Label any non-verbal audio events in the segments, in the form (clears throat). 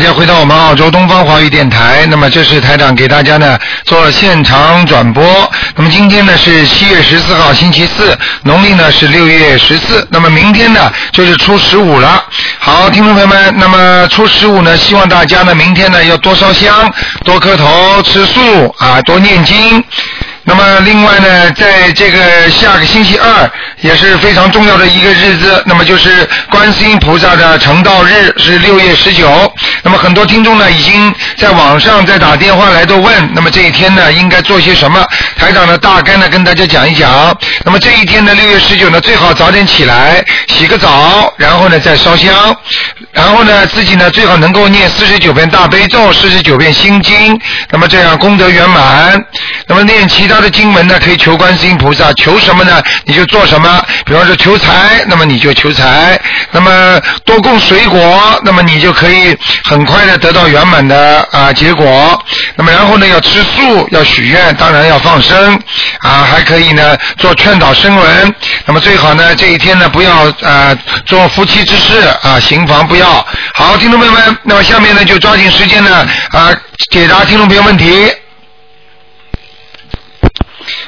家回到我们澳洲东方华语电台。那么这是台长给大家呢做现场转播。那么今天呢是七月十四号星期四，农历呢是六月十四。那么明天呢就是初十五了。好，听众朋友们，那么初十五呢，希望大家呢明天呢要多烧香、多磕头、吃素啊，多念经。那么另外呢，在这个下个星期二也是非常重要的一个日子，那么就是观世音菩萨的成道日，是六月十九。那么很多听众呢已经在网上在打电话来都问，那么这一天呢应该做些什么？台长呢大概呢跟大家讲一讲。那么这一天呢，六月十九呢最好早点起来，洗个澡，然后呢再烧香，然后呢自己呢最好能够念四十九遍大悲咒，四十九遍心经，那么这样功德圆满。那么念其他的经文呢，可以求观世音菩萨，求什么呢？你就做什么。比方说求财，那么你就求财；那么多供水果，那么你就可以很快的得到圆满的啊、结果。那么然后呢，要吃素，要许愿，当然要放生啊，还可以呢做劝导声闻。那么最好呢，这一天呢不要啊做夫妻之事啊，行房不要。好，听众朋友们，那么下面呢就抓紧时间呢啊解答听众朋友问题。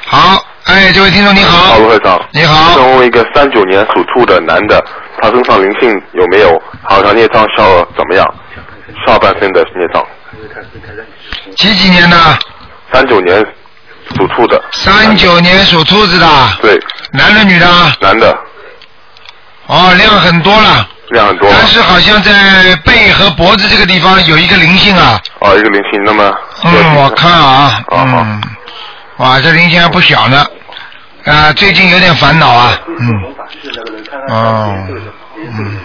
好，哎，这位听众你好好，，卢会长。你好请问一个三九年属兔的男的，他身上灵性有没有？还有他孽障消了怎么样？下半身的孽障。几几年的？三九年属兔的。三九年属兔子的，对，男的女的？男的，哦，量很多了，量很多吗但？是好像在背和脖子这个地方有一个灵性啊。哦，一个灵性，那么。嗯，我看。啊，哦嗯，哇，这灵性还不小呢，啊，最近有点烦恼啊，嗯，哦，嗯，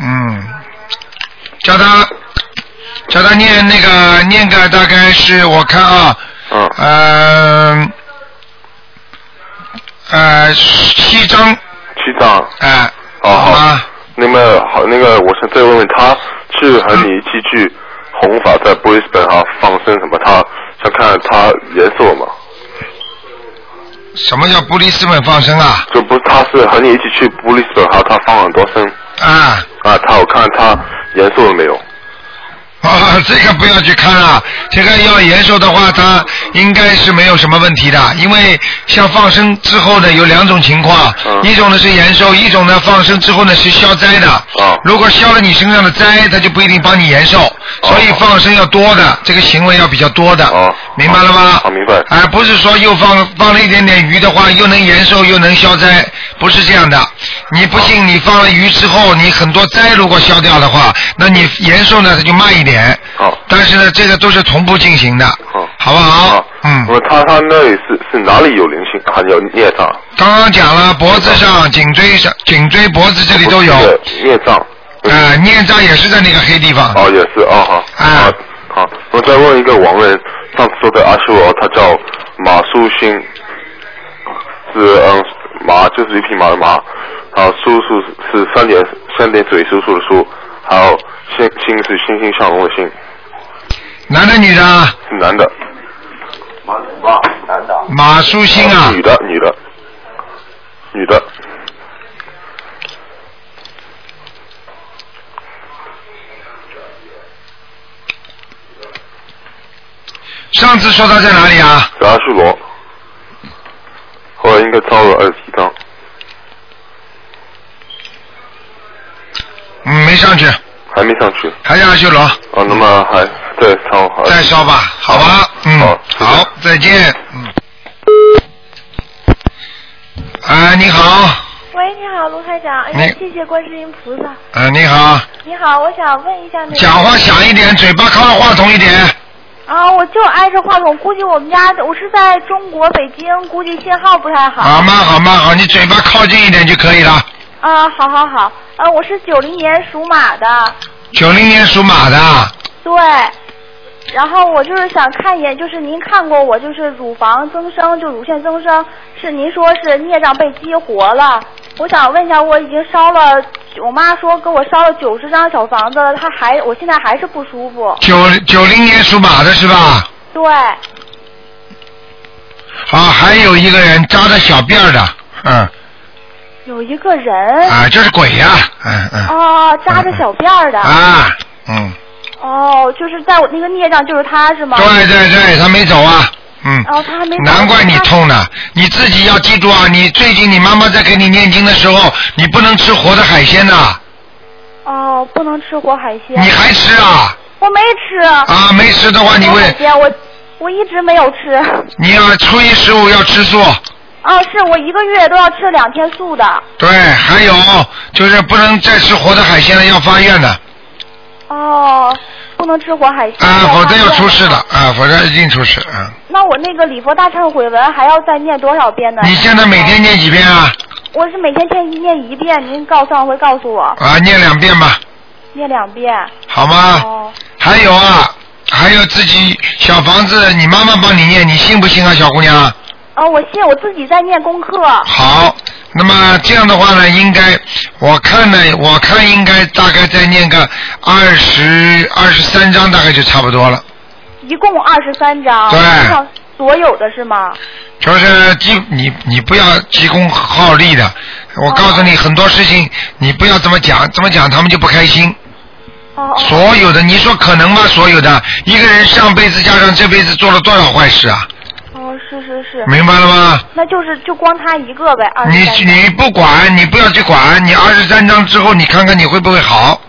嗯，叫他叫他念那个念个大概是我看啊，嗯，呃，呃，七张，七张。哎、哦好吗？那么好，那个我想再问问他，是和你一起去弘法在 Brisbane 啊放生什么？他想看他颜色嘛？什么叫不离斯本放生啊？就不是，他是和你一起去 Brisbane 啊，他放很多生。啊，啊，他我看他严肃了没有？啊， (laughs) 这个不要去看了，这个要延寿的话，它应该是没有什么问题的，因为像放生之后呢，有两种情况，嗯一种呢是延寿，一种呢放生之后呢是消灾的。哦如果消了你身上的灾，它就不一定帮你延寿，所以哦放生要多的，这个行为要比较多的。哦明白了吗？好明白哎，不是说又放放了一点点鱼的话，又能延寿又能消灾，不是这样的。你不信，你放了鱼之后，你很多灾如果消掉的话，那你延寿呢，它就慢一点。好但是呢，这个都是同步进行的。好好不好？嗯那，么他他那里是是哪里有灵性？还有孽障？刚刚讲了脖子上、颈椎上、颈椎、脖子这里都有。不是孽障。呃，念障也是在那个黑地方。哦，也是哦，好。啊好。好，我再问一个王人，上次说的阿修罗，他叫马苏勋，是嗯马就是一匹马的马，然后叔叔是三点三点嘴叔叔的叔，还有星星是欣欣向荣的星，男的女的啊？是男的。马马男的。马舒心啊女，的，女的，女的，上次说他在哪里啊？是阿修罗。后来应该抄了二十七张，嗯，没上去，还没上去。还是阿修罗。啊，那么还再抄还。再烧吧，好吧，嗯，好好，再见，嗯。啊，你好，喂，你好，卢台长。哎呀，谢谢观世音菩萨。啊，你好，你好，我想问一下那个。讲话响一点，嘴巴靠着话筒一点，啊，我就挨着话筒，估计我们家我是在中国北京，估计信号不太好。好吗？好吗？好，你嘴巴靠近一点就可以了。啊，好好好。呃，我是九零年属马的，九零年属马的，啊对。然后我就是想看一眼，就是您看过我，就是乳房增生，就乳腺增生，是您说是孽障被激活了。我想问一下，我已经烧了，我妈说给我烧了九十张小房子了，她还，我现在还是不舒服。九九零年属马的是吧？对。啊，还有一个人扎着小辫儿的，嗯，有一个人啊，就是鬼呀、嗯嗯。哦，扎着小辫儿的。啊，嗯，哦，就是在我那个孽障，就是他是吗？对对对，他没走啊，嗯。哦，他还没走。难怪你那他。痛呢，你自己要记住啊！你最近你妈妈在给你念经的时候，你不能吃活的海鲜呐、哦，不能吃活海鲜。你还吃啊？我没吃。啊，没吃的话，你活海会鲜我我一直没有吃。你要初一十五要吃素，啊，是我一个月都要吃两天素的。对，还有就是不能再吃活的海鲜了，要发愿的哦，不能吃活海鲜。啊，否则要发现出事的。啊，否则一定出事啊！那我那个礼佛大忏悔文还要再念多少遍呢？你现在每天念几遍啊？我是每天念一念一遍，您告上回告诉我啊，念两遍吧，念两遍。好吗？哦，还有啊，还有自己小房子，你妈妈帮你念，你信不信啊，小姑娘？哦，我信我自己在念功课。好，那么这样的话呢，应该我看呢，我看应该大概再念个二十二十三章，大概就差不多了。一共二十三章，对加上所有的是吗？就是急，你你不要急功好利的。哦我告诉你，很多事情你不要这么讲，这么讲他们就不开心。哦哦所有的，你说可能吗？所有的，一个人上辈子加上这辈子做了多少坏事啊？哦，哦是是是，明白了吗？那就是就光他一个呗，二你十三章。你不管，你不要去管，你二十三章之后，你看看你会不会好，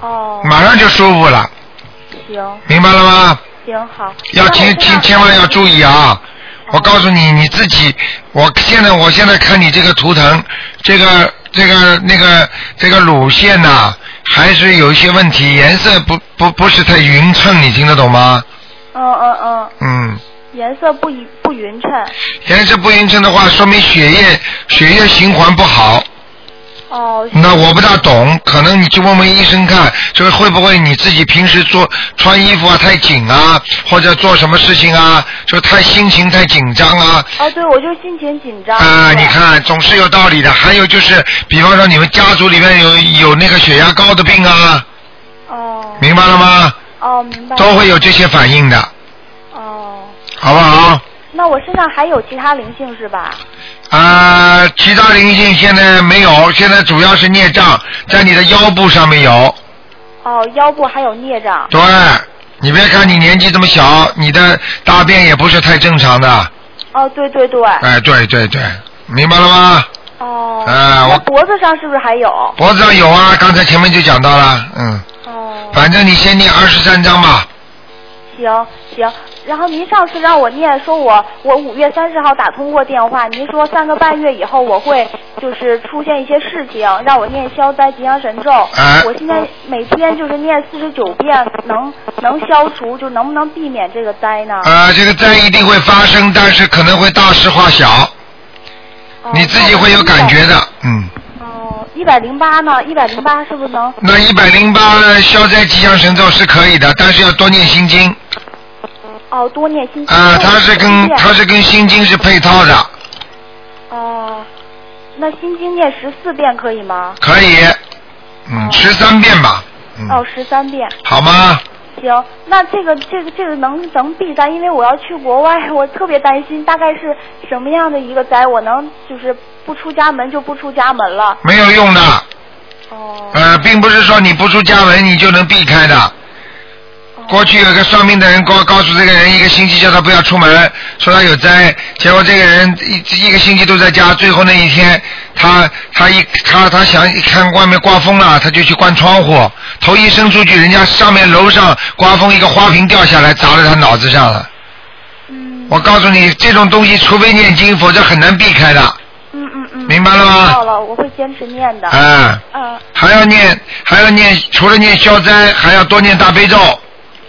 哦，马上就舒服了，行明白了吗？行好。要那我嗯千这千样千万要注意啊！我告诉你，你自己，我现在我现在看你这个图腾，这个这个那个这个乳腺呐、还是有一些问题，颜色不不不是太匀称，你听得懂吗？嗯嗯嗯，嗯，颜色不匀不匀称。颜色不匀称的话，说明血液血液循环不好。哦，那我不大懂，可能你去问问医生看，这个会不会你自己平时做穿衣服啊太紧啊，或者做什么事情啊，就太心情太紧张啊，哦，对，我就心情紧张。啊、是吧你，看总是有道理的。还有就是，比方说你们家族里面有有那个血压高的病啊，哦，明白了吗？哦，明白了。都会有这些反应的，哦，好不好？那我身上还有其他灵性是吧？啊、其他灵性现在没有，现在主要是孽障在你的腰部上面有。哦，腰部还有孽障。对，你别看你年纪这么小，你的大便也不是太正常的。哦，对对对。哎，对对对，明白了吗？哦。哎我那脖子上是不是还有？脖子上有啊，刚才前面就讲到了，嗯，哦。反正你先念二十三章吧。行行，然后您上次让我念，说我我五月三十号打通过电话，您说三个半月以后我会就是出现一些事情，让我念消灾吉祥神咒。哎我现在每天就是念四十九遍，能能消除，就能不能避免这个灾呢？呃，这个灾一定会发生，但是可能会大事化小，哦你自己会有感觉。的。嗯，哦，一百零八呢？一百零八是不是能？那一百零八消灾吉祥神咒是可以的，但是要多念心经。哦，多念心经。啊、它是跟念它是跟心经是配套的，哦，那心经念十四遍可以吗？可以。嗯，十三遍吧。哦嗯，，十三遍。好吗？行，那这个这个这个能能避灾，因为我要去国外，我特别担心，大概是什么样的一个灾，我能就是不出家门就不出家门了。没有用的，哦，呃，并不是说你不出家门你就能避开的。过去有个算命的人告告诉这个人一个星期叫他不要出门，说他有灾，结果这个人一一个星期都在家，最后那一天他他一他他想一看外面刮风了，他就去关窗户，头一伸出去，人家上面楼上刮风一个花瓶掉下来砸在他脑子上了。嗯我告诉你，这种东西除非念经，否则很难避开的。嗯嗯嗯，明白了吗我知道了，我会坚持念的。啊，嗯还要念，还要念，除了念消灾，还要多念大悲咒。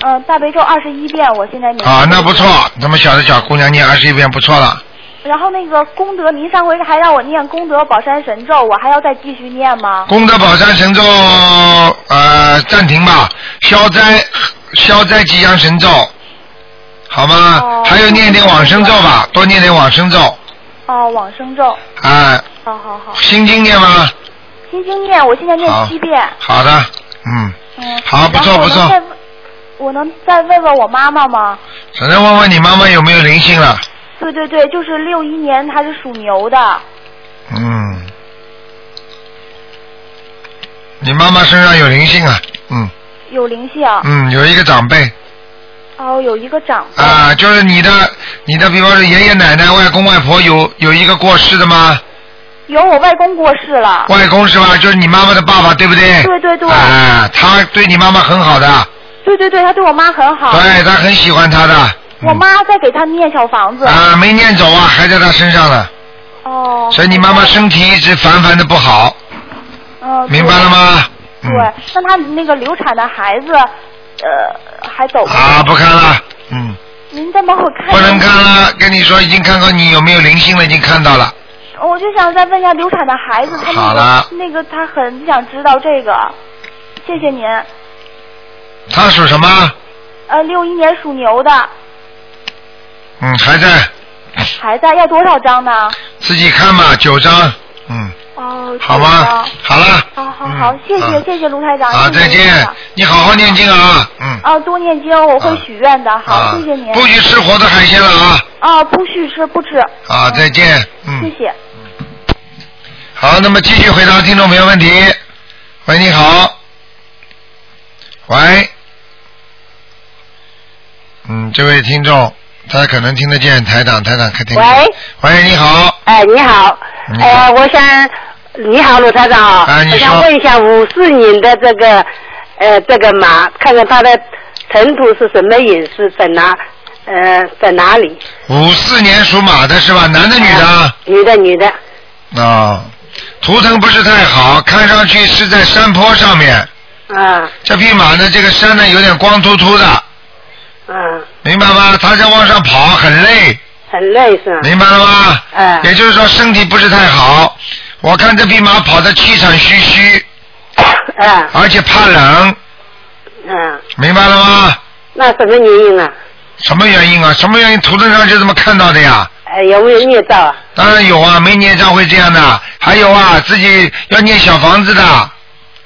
嗯，大悲咒二十一遍，我现在念。啊，那不错，这么小的小姑娘念二十一遍不错了。然后那个功德，您上回还让我念功德宝山神咒，我还要再继续念吗？功德宝山神咒，呃，暂停吧。消灾，消灾吉祥神咒，好吗？哦还有念点往生咒吧，多念点往生咒。哦，往生咒。啊，好好好，心经念吗？心经念，我现在念好七遍。好的，嗯，嗯，好不错然后我不错能再问。我能再问问我妈妈吗？只能问问你妈妈有没有灵性了。对对对，就是六一年，她是属牛的。嗯，你妈妈身上有灵性啊，嗯有灵性。嗯，有一个长辈哦，有一个长辈。啊、就是你的你的，比方说爷爷奶奶、外公外婆有有一个过世的吗？有我外公过世了。外公是吧？就是你妈妈的爸爸，对不对？对对对啊，他对你妈妈很好的，对对对，他对我妈很好。对他很喜欢她的。嗯我妈在给他念小房子。啊，没念走啊，还在他身上呢，哦。所以你妈妈身体一直烦烦的不好，嗯。明白了？吗？对嗯。，那他那个流产的孩子，呃，还走吗？啊，不看了，嗯，您再帮我看。不能看。了。跟你说，已经看过你有没有灵性了，已经看到了。哦我就想再问一下流产的孩子，他那个好了那个他很想知道这个，谢谢您。他属什么？呃，六一年属牛的嗯，还在，还在要多少张呢？自己看吧，九张，嗯，哦，好这吗个？好了。好好好嗯，谢谢、啊谢谢卢台长，啊，谢谢再您见啊。你好好念经啊，嗯。啊，多念经，我会啊许愿的。好，啊谢谢您。不许吃活的海鲜了啊！啊，不许吃，不吃。啊，再见，谢嗯。谢。好，那么继续回答听众朋友问题。喂，你好。喂。嗯，这位听众，他可能听得见台长，台长可听得见。喂，喂，你好。哎，你好，你好哎，我想，你好，鲁台长啊，哎你我说想问一下五四年的这个，呃，这个马，看看它的尘土是什么颜色，在哪，呃，在哪里？嗯五四年属马的是吧？男的女的？啊啊、女的，女的。图腾不是太好，看上去是在山坡上面。啊，这匹马呢，这个山呢有点光秃秃的，嗯，明白吗？它在往上跑，很累，很累是吧？明白了吗？哎也就是说身体不是太好。我看这匹马跑得气喘吁吁， (coughs) 啊，而且怕冷，嗯，明白了吗？那什么原因啊？什么原因啊？什么原因？图腾上就这么看到的呀？哎，有没有孽障啊？当然有啊，没孽障会这样的。还有啊，自己要念小房子的，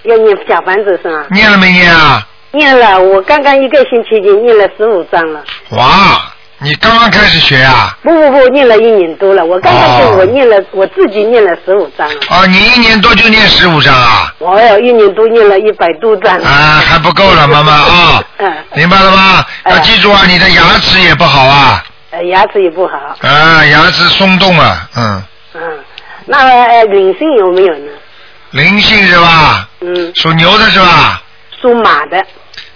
要念小房子是吗？念了没念啊？念了，我刚刚一个星期已经念了十五章了。哇，你刚刚开始学啊？不不不，念了一年多了。我刚刚哦就我念了，我自己念了十五章了。啊，你一年多就念十五章啊？我有一年多念了一百多章了。啊，还不够了，妈妈啊、嗯，明白了吗？哎要记住啊，你的牙齿也不好啊，呃，牙齿也不好。啊，牙齿松动了，嗯，嗯，那呃，灵性有没有呢？灵性是吧？嗯，属牛的是吧？属马的，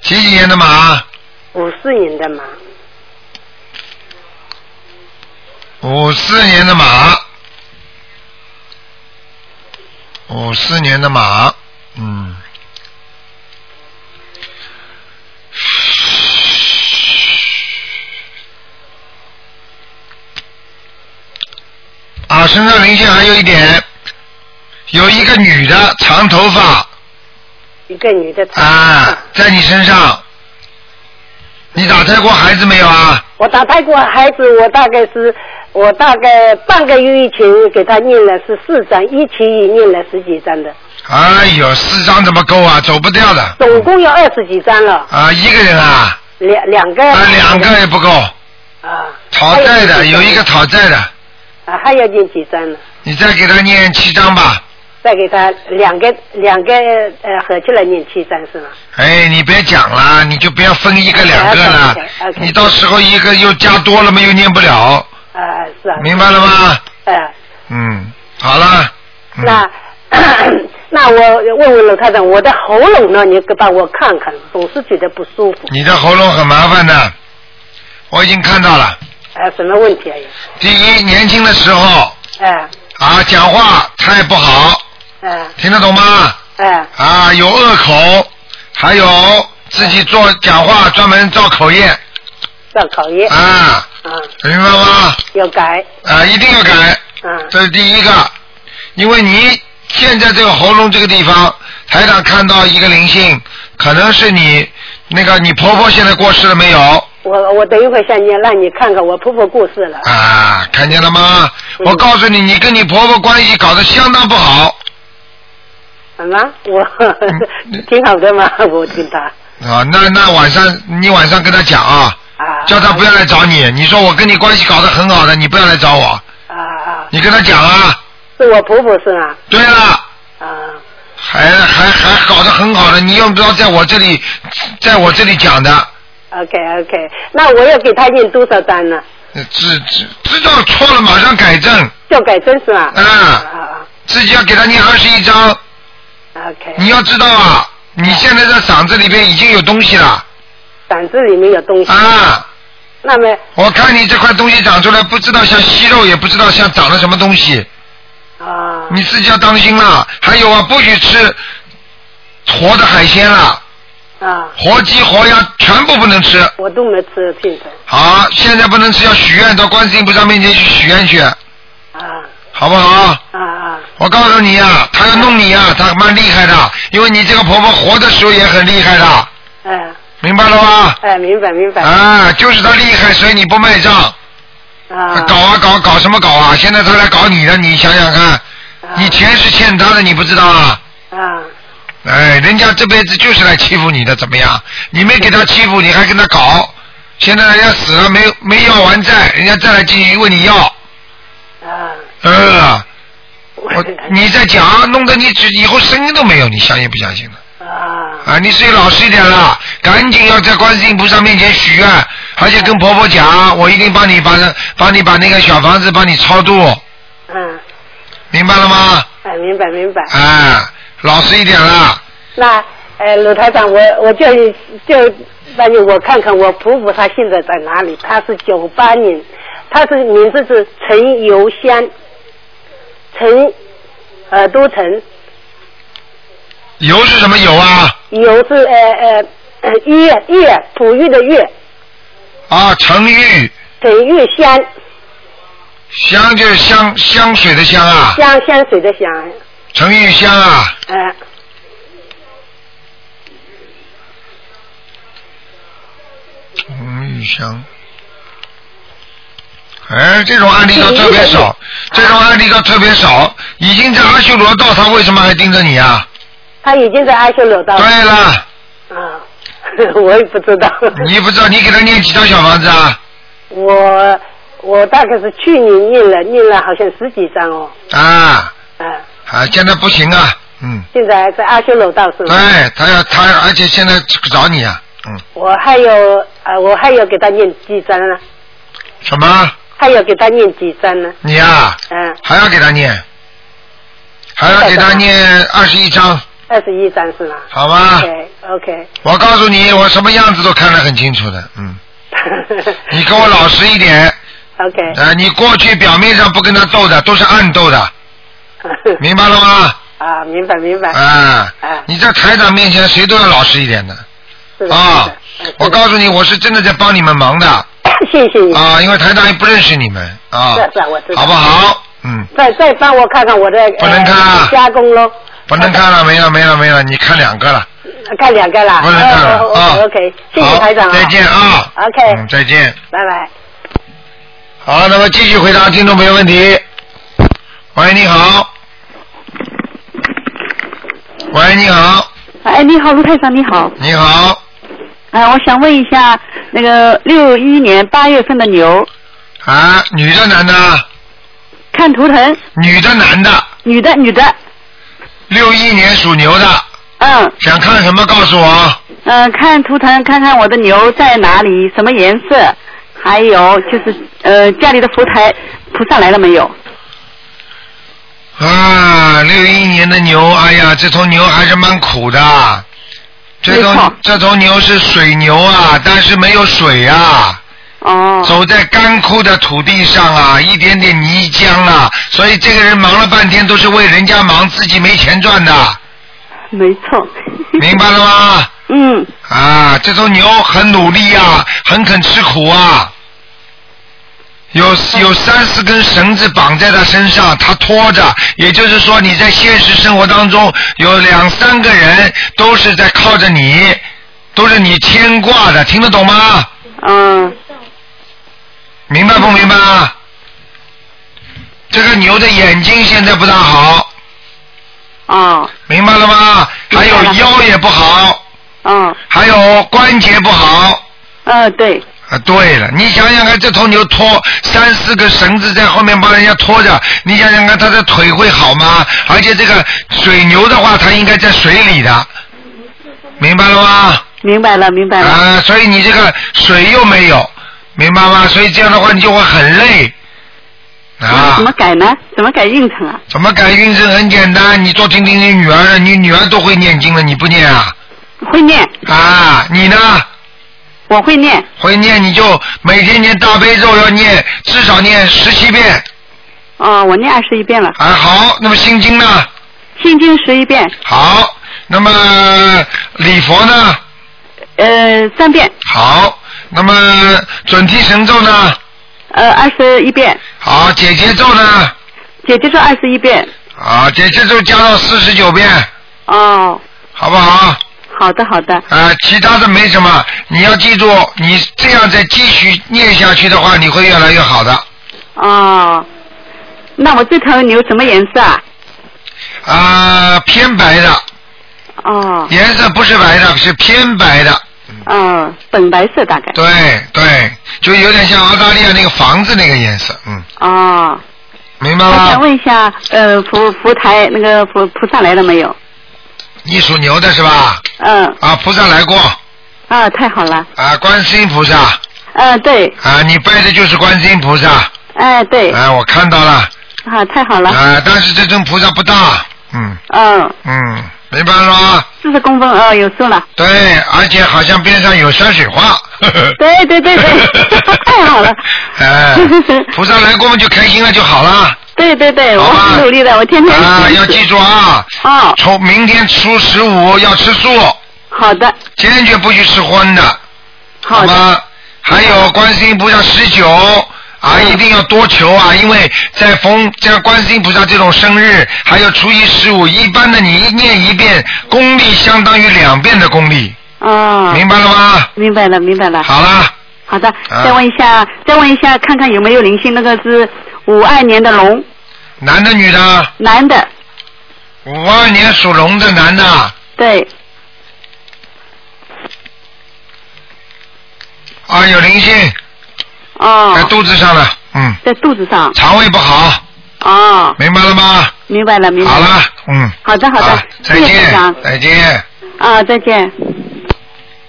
几几年的马？五四年的马。五四年的马，五四年的马，嗯，啊，身上灵性还有一点，有一个女的长头发一个女的，啊，在你身上，你打胎过孩子没有啊？我打胎过孩子，我大概是，我大概半个月以前给他念了十四章，一起也念了十几章的，哎呦，四张怎么够啊？走不掉的。总共有二十几章了，啊，一个人啊，两两个，啊，两个也不够，啊，讨债的有一个讨债的，啊，还要念几章呢？你再给他念七章吧。再给他两个两个呃合起来念七张是吗？哎，你别讲了，你就不要分一个两个了 OK，OK，OK，你到时候一个又加多了嘛，又念不了，啊、是啊。明白了吗？呃，嗯，好了。嗯、那、 (clears throat) 那我问问楼太长，我的喉咙呢？你给帮我看看，总是觉得不舒服，你的喉咙很麻烦的，我已经看到了。呃，什么问题啊？第一，年轻的时候哎啊，讲话太不好，哎听得懂吗？哎啊，有恶口，还有自己做讲话专门造口业要考验啊啊，明白吗？要改啊，一定要改，啊这是第一个，因为你现在这个喉咙这个地方，台长看到一个灵性，可能是你那个你婆婆现在过世了没有？我我等一会儿想你让你看看，我婆婆过世了。啊，看见了吗？嗯我告诉你，你跟你婆婆关系搞得相当不好什么？ (laughs) 我嗯挺好的嘛， (laughs) 我跟她啊。那那晚上你晚上跟她讲啊，啊。叫她不要来找你。你说我跟你关系搞得很好的，你不要来找我。啊啊！你跟他讲啊，是我婆婆是吗？对了，啊还还还搞得很好的，你用不着在我这里，在我这里讲的， ？OK OK，那我要给他念多少章呢？呃知知知道错了马上改正，就改正是吧？嗯啊自己要给他念二十一章，啊，OK。你要知道啊，你现在在嗓子里边已经有东西了胆子里面有东西。啊，那么我看你这块东西长出来，不知道像息肉，也不知道像长了什么东西，啊你自己要当心了。还有啊，不许吃活的海鲜了，啊，活鸡活鸭全部不能吃。我都没吃进去好，现在不能吃，要许愿，到观世音菩萨面前去许愿去，啊好不好？啊啊我告诉你呀、啊，他要弄你呀、啊，他蛮厉害的，因为你这个婆婆活的时候也很厉害的，哎明白了吗？哎，明白明白啊，就是他厉害，所以你不卖账，啊搞啊搞，搞什么搞啊？现在他来搞你了，你想想看，啊你钱是欠他的，你不知道啊？啊哎，人家这辈子就是来欺负你的，怎么样？你没给他欺负，你还跟他搞，现在人家死了没没要完债，人家再来进去问你要，啊，呃，我我你再讲，弄得你只以后声音都没有，你相信不相信呢？啊啊，你自己老实一点啦，赶紧要在观世音菩萨面前许愿，而且跟婆婆讲，我一定帮你把帮你把那个小房子帮你超度，嗯明白了吗？哎，明白明白。哎，老实一点啦，那呃，鲁台长，我我就就那你我看看我婆婆她现在在哪里？她是九八年，她是名字是陈油香，陈呃耳朵陈，油是什么油啊？油是呃呃呃月月哺育的月，啊，橙玉陈玉香香就是香香水的香啊，香香水的香，橙玉香啊，呃橙玉香。哎，这种案例倒特别少，这种案例倒特别少，已经在阿修罗道，他为什么还盯着你啊？她已经在阿修罗道了对了。啊， (laughs) 我也不知道，你不知道你给他念几张小房子啊？我我大概是去年念了念了好像十几张哦，啊啊。啊，现在不行啊，嗯，现在在阿修罗道是吗？对他要他，而且现在找你啊，嗯，我还有啊、呃我还有给他念几章呢？什么？还有给他念几章呢？你啊，嗯，还要给他念，还要给他念二十一章，二十一章是吗好吗？ ？OK OK，我告诉你，我什么样子都看得很清楚的，嗯，你给我老实一点， OK，呃，你过去表面上不跟他斗的，都是暗斗 (laughs) 的，明白了吗？ (laughs) 啊，明白明白，啊啊，你在台长面前谁都要老实一点的。是的，啊是的，嗯我告诉你，我是真的在帮你们忙的 (coughs) 谢谢你，啊，因为台长也不认识你们啊是，是，我知道，好不？好？嗯，再再帮我看看我的不能看啊呃、加工喽，不能看了，没了，没了，没了，你看两个了，看两个啦，不能看了哦啊。 OK，谢谢好台长啊，再见啊。 OK 嗯再见。拜拜。好，那么继续回答听众朋友问题。喂，你好。喂，你好，哎，你好，卢太长，你好。你好，哎、我想问一下，那个六一年八月份的牛，啊，女的男的？看图腾，女的男的？女的，女的，六一年属牛的，嗯想看什么告诉我。嗯、呃看图腾，看看我的牛在哪里，什么颜色，还有就是呃家里的佛台菩萨来了没有？啊，六一年的牛，哎呀，这头牛还是蛮苦的。这没头错这头牛是水牛啊，但是没有水啊，哦，走在干枯的土地上啊，一点点泥浆啊，所以这个人忙了半天都是为人家忙，自己没钱赚的，没错。 (laughs) 明白了吗？嗯，啊，这头牛很努力啊，很肯吃苦啊，有嗯有三四根绳子绑在它身上，它拖着。也就是说，你在现实生活当中有两三个人都是在靠着你，都是你牵挂的，听得懂吗？嗯，明白不明白啊？这个牛的眼睛现在不大好，哦，明白了吗？还有明白了腰也不好，嗯，还有关节不好呃，对，啊，对了，你想想看，这头牛拖三四个绳子在后面帮人家拖着，你想想看，它的腿会好吗？而且这个水牛的话，它应该在水里的，明白了吗？明白了，明白了。啊，所以你这个水又没有，明白吗？所以这样的话，你就会很累。那啊怎么，改呢？怎么改运程啊？怎么改运程很简单，你多听听你女儿的，你女儿都会念经了，你不念啊？会念，啊，你呢？我会念，会念你就每天念大悲咒，要念至少念十七遍。哦，我念二十一遍了，啊，好，那么心经呢？心经十一遍，好，那么礼佛呢？呃，三遍，好，那么准提神咒呢？呃，二十一遍，好，姐姐咒呢？姐姐说二十一遍，啊，姐姐咒加到四十九遍，哦，好不好？好的好的，啊，其他的没什么，你要记住，你这样再继续念下去的话，你会越来越好的。哦，那我这头牛什么颜色啊？啊，偏白的，哦，颜色不是白的，是偏白的。嗯，粉白色大概，对对，就有点像澳大利亚那个房子那个颜色，嗯，哦，明白我吗想？问一下，呃，佛佛台那个菩菩萨来了没有？你属牛的是吧？嗯，啊，菩萨来过啊，太好了，啊，观世音菩萨嗯，对，啊，你拜的就是观世音菩萨哎，对，啊，我看到了啊，太好了，啊，但是这尊菩萨不大，嗯嗯，嗯，明白了吗？四十公分，哦，有数了。对，而且好像边上有山水画。对对 (laughs) 对对太好了 (laughs) 哎，菩萨来过我们就开心了就好了。对对对，我好吧很努力的，我天天啊，坚要持记住啊，哦，从明天初十五要吃素，好的，坚决不许吃荤的，好的，吗？还有观世音菩萨十九啊，嗯一定要多求啊，因为在逢像观世音菩萨这种生日，还有初一十五，一般的你一念一遍，功力相当于两遍的功力，哦，明白了吗？明白了，明白了。好啦，好的，啊再问一下，再问一下，看看有没有灵性。那个是五二年的龙，男的女的，男的，五二年属龙的男的，对，啊，有灵性哦在，肚子上了，嗯，在肚子上，肠胃不好，哦，明白了吗？明白了，明白好了。了，嗯，好的，好啊的，再谢谢台长见，再见。啊，再见。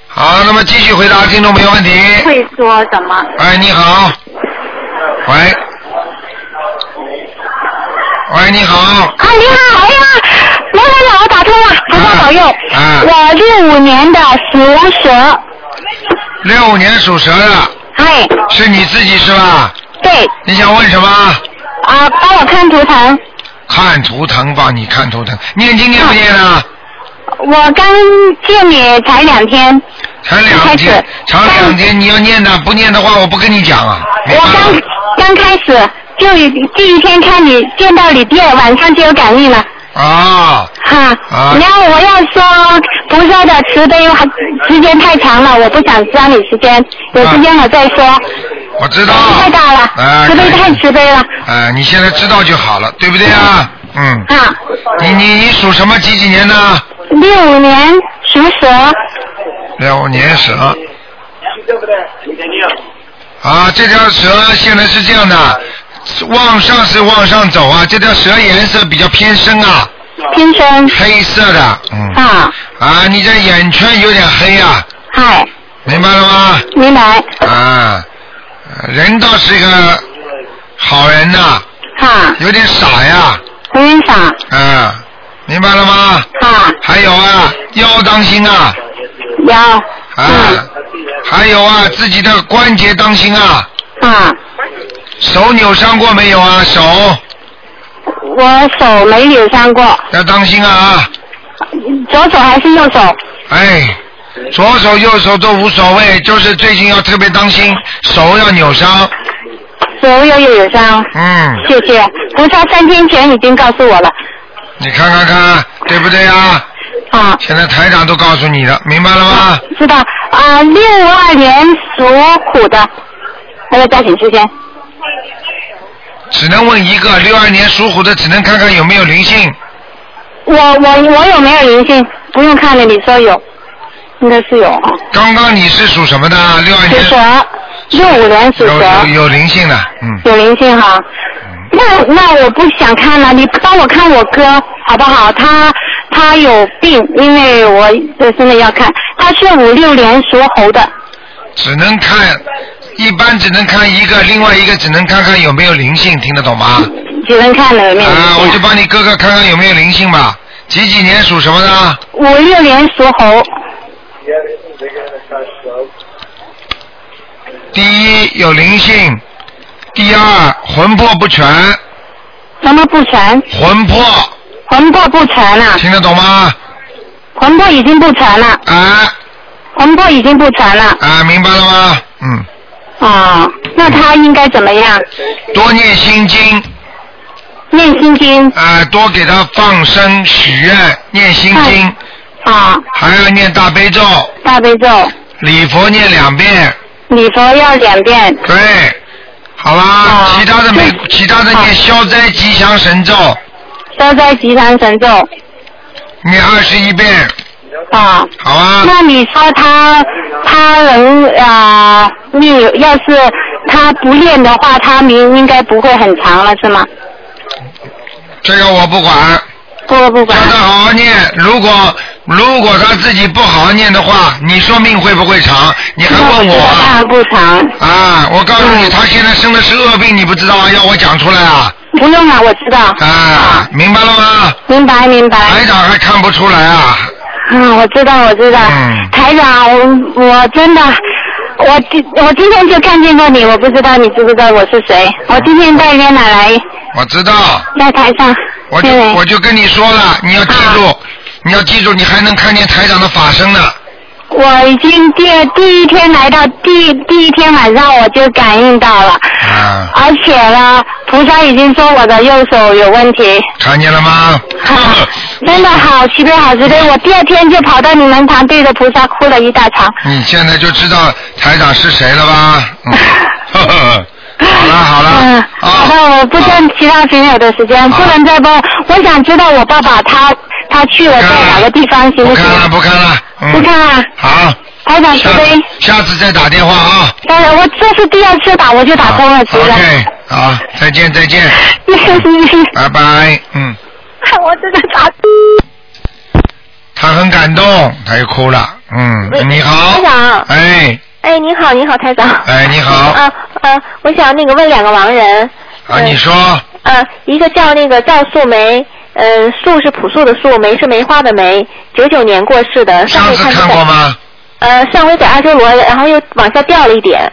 好，那么继续回答听众朋友问题。会说什么？哎，你好。喂。喂，你好。啊，你好，哎呀，卢台长，我打通了，菩萨保佑。啊我六五年的属蛇，六五年属蛇的，哎，是你自己是吧？对，你想问什么？啊，帮我看图腾。看图腾，帮你看图腾。念经念不念啊？我刚见你才两天，才两开天始，才两天，你要念的，不念的话，我不跟你讲啊。明我白吗刚刚开始就第一天看你见到你第二晚上就有感应了。啊，哈、啊然后我要说菩萨的慈悲还时间太长了，我不想占你时间，有时间我再说。啊我知道。太大啊了，慈可悲以太慈悲了。啊，你现在知道就好了，对不对啊？嗯。啊，你你你属什么？几几年的？六五年属蛇，六五年蛇。啊，这条蛇现在是这样的，往上是往上走啊，这条蛇颜色比较偏深啊，天生黑色的，嗯，啊，啊，你这眼圈有点黑啊，嗨，明白了吗？明白啊，呃人倒是个好人呐、哈，有点傻呀，有点傻啊，明白了吗？哈，还有啊，腰当心啊，有啊，嗯还有啊，自己的关节当心啊，啊，手扭伤过没有啊？手我手没扭伤过，要当心啊！左手还是右手？哎，左手右手都无所谓，就是最近要特别当心，手要扭伤。左右又有伤，嗯，谢谢。菩萨三天前已经告诉我了，你看看看，对不对啊？啊，现在台长都告诉你了，明白了吗？知道啊，六二年属虎的，那个抓紧时间。只能问一个，六二年属虎的只能看看有没有灵性。我我我有没有灵性？不用看了，你说有，应该是有啊。刚刚你是属什么的？六二属年蛇，六五年属有有蛇，有灵性的，嗯，有灵性哈。那那我不想看了，你帮我看我哥好不好？他他有病，因为我这真的要看。他是五六年属猴的，只能看，一般只能看一个，另外一个只能看看有没有灵性，听得懂吗？只能看了有没有啊，我灵就性啊？帮你哥哥看看有没有灵性吧。几几年属什么的？五六年属猴，第一有灵性，第二魂魄不全，什么不全？魂魄魂魄不全啊，听得懂吗？魂魄已经不全了，啊魂魄已经不全了啊，明白了吗？嗯，啊、那他应该怎么样？多念心经念心经啊，多给他放生许愿，念心经，啊、还要念大悲咒，大悲咒，礼佛念两遍，礼佛要两遍，对，好吧，啊其他的没对，其他的念啊消灾吉祥神咒，消灾吉祥神咒念二十一遍，啊。好吧？那你说他他能啊、呃，你要是他不练的话，他明应该不会很长了，是吗？这个我不管，不不叫管他好好念。如果如果他自己不好好念的话，你说命会不会长？你还问我当啊然？不长，啊，我告诉你，嗯他现在生的是恶病，你不知道啊？要我讲出来啊？不用了，我知道。啊，明白了吗？明白明白。台长还看不出来啊？嗯，我知道，我知道。嗯台长，我我真的，我今我今天就看见过你，我不知道你知不知道我是谁。我今天带约奶来我知道，在台上，我就因为我就跟你说了，你要记住啊，你要记住，你还能看见台长的法身呢。我已经第第一天来到第第一天晚上我就感应到了，啊，而且呢，菩萨已经说我的右手有问题。看嗯见了吗？ (laughs) 啊真的好慈悲，好慈悲！我第二天就跑到你们堂，对着菩萨哭了一大场。你现在就知道台长是谁了吧？嗯，呵 (laughs) (laughs) 呵好了好了，嗯，啊好的，我不占其他朋友的时间，好不能再帮我。我想知道我爸爸他他去了在哪个地方，不行不看了行？不看了，嗯，不看啊，好，台长慈下悲。下次再打电话啊。当然，我这是第二次打，我就打通了，好直了。 OK，好，再见再 (laughs) 见， (laughs) 拜拜，嗯，我真的打。他很感动，他又哭了，嗯，你好台，长，哎哎，你好，你好，台长。哎你好， (laughs) 啊啊，我想那个问两个亡人，啊你说，呃，一个叫那个赵素梅，嗯、素是朴素的素，梅是梅花的梅，九九年过世的。上上回次看看过？吗？呃，上回在阿修罗，然后又往下掉了一点。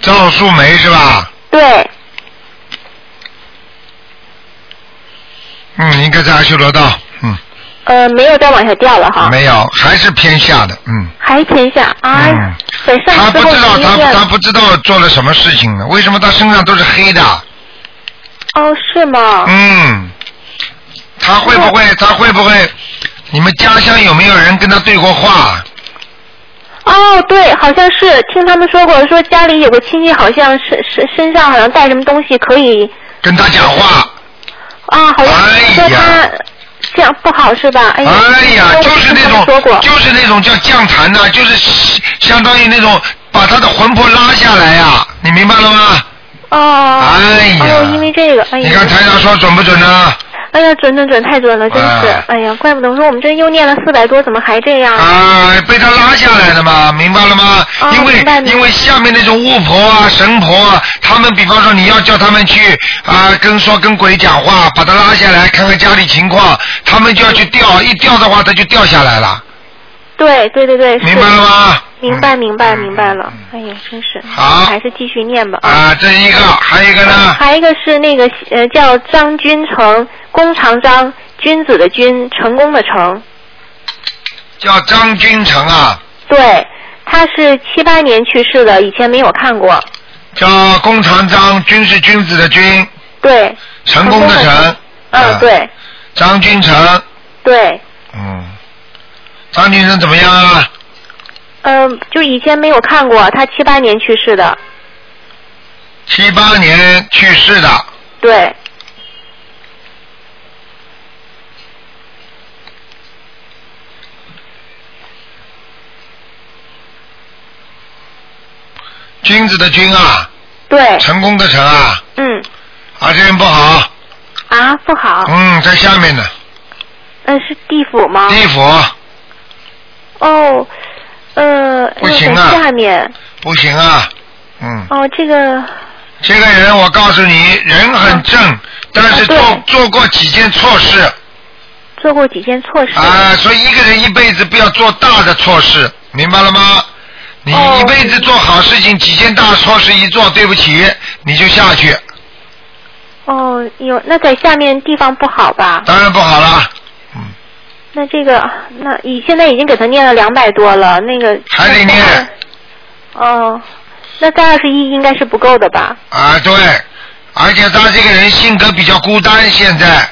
赵素梅是吧？对，嗯，应该在阿修罗道，嗯，呃，没有再往下掉了哈，没有，还是偏下的，嗯。还偏下啊。嗯在上他次不知道我去医他院他了。不知道做了什么事情呢？为什么他身上都是黑啊的？哦，是吗？嗯，他会不会他会不会？你们家乡有没有人跟他对过话？哦，对，好像是听他们说过，说家里有个亲戚好像身身身上好像带什么东西可以跟他讲话？啊，好像哎呀说他这样不好是吧？哎呀，哎呀，我听就是那他们说种过，就是那种叫降坛呐、就是相当于那种把他的魂魄拉下来呀、你明白了吗？哦，哎呀哦，因为这个，哎你看呀，台长说准不准呢？哎呀，准准准，太准了，真是哎，哎呀，怪不得我说我们这又念了四百多，怎么还这样？啊，被他拉下来的嘛，明白了吗？哦因为明白明白因为下面那种巫婆啊、神婆啊，他们比方说你要叫他们去啊、跟说跟鬼讲话，把他拉下来看看家里情况，他们就要去掉，一掉的话他就掉下来了，对对对对，是明白了吗？明白嗯明白明白了，哎呀，真是，好还是继续念吧啊，这是一个，还有一个呢，还有一个是那个呃叫张君成，弓长张，君子的君，成功的成。叫张君成啊，对，他是七八年去世的，以前没有看过。叫弓长张，君是君子的君，对，成功的成。嗯，啊对张君成，对，嗯，张君成怎么样啊？嗯、就以前没有看过，他七八年去世的。七八年去世的，对，君子的君啊，对，成功的成啊，嗯，啊这人不好，啊，不好，嗯，在下面呢，嗯、是地府吗地？府哦，呃，不行啊那在下面，不行啊，嗯，哦，这个，这个人我告诉你，人很正，但是啊对做做过几件错事做过几件错事。啊，所以一个人一辈子不要做大的错事，明白了吗？你哦一辈子做好事情，几件大错事一做，对不起，你就下去，哦，有那在下面地方不好吧？当然不好了，那这个，那已现在已经给他念了两百多了，那个还得念。哦，那在二十一应该是不够的吧？啊，对，而且他这个人性格比较孤单，现在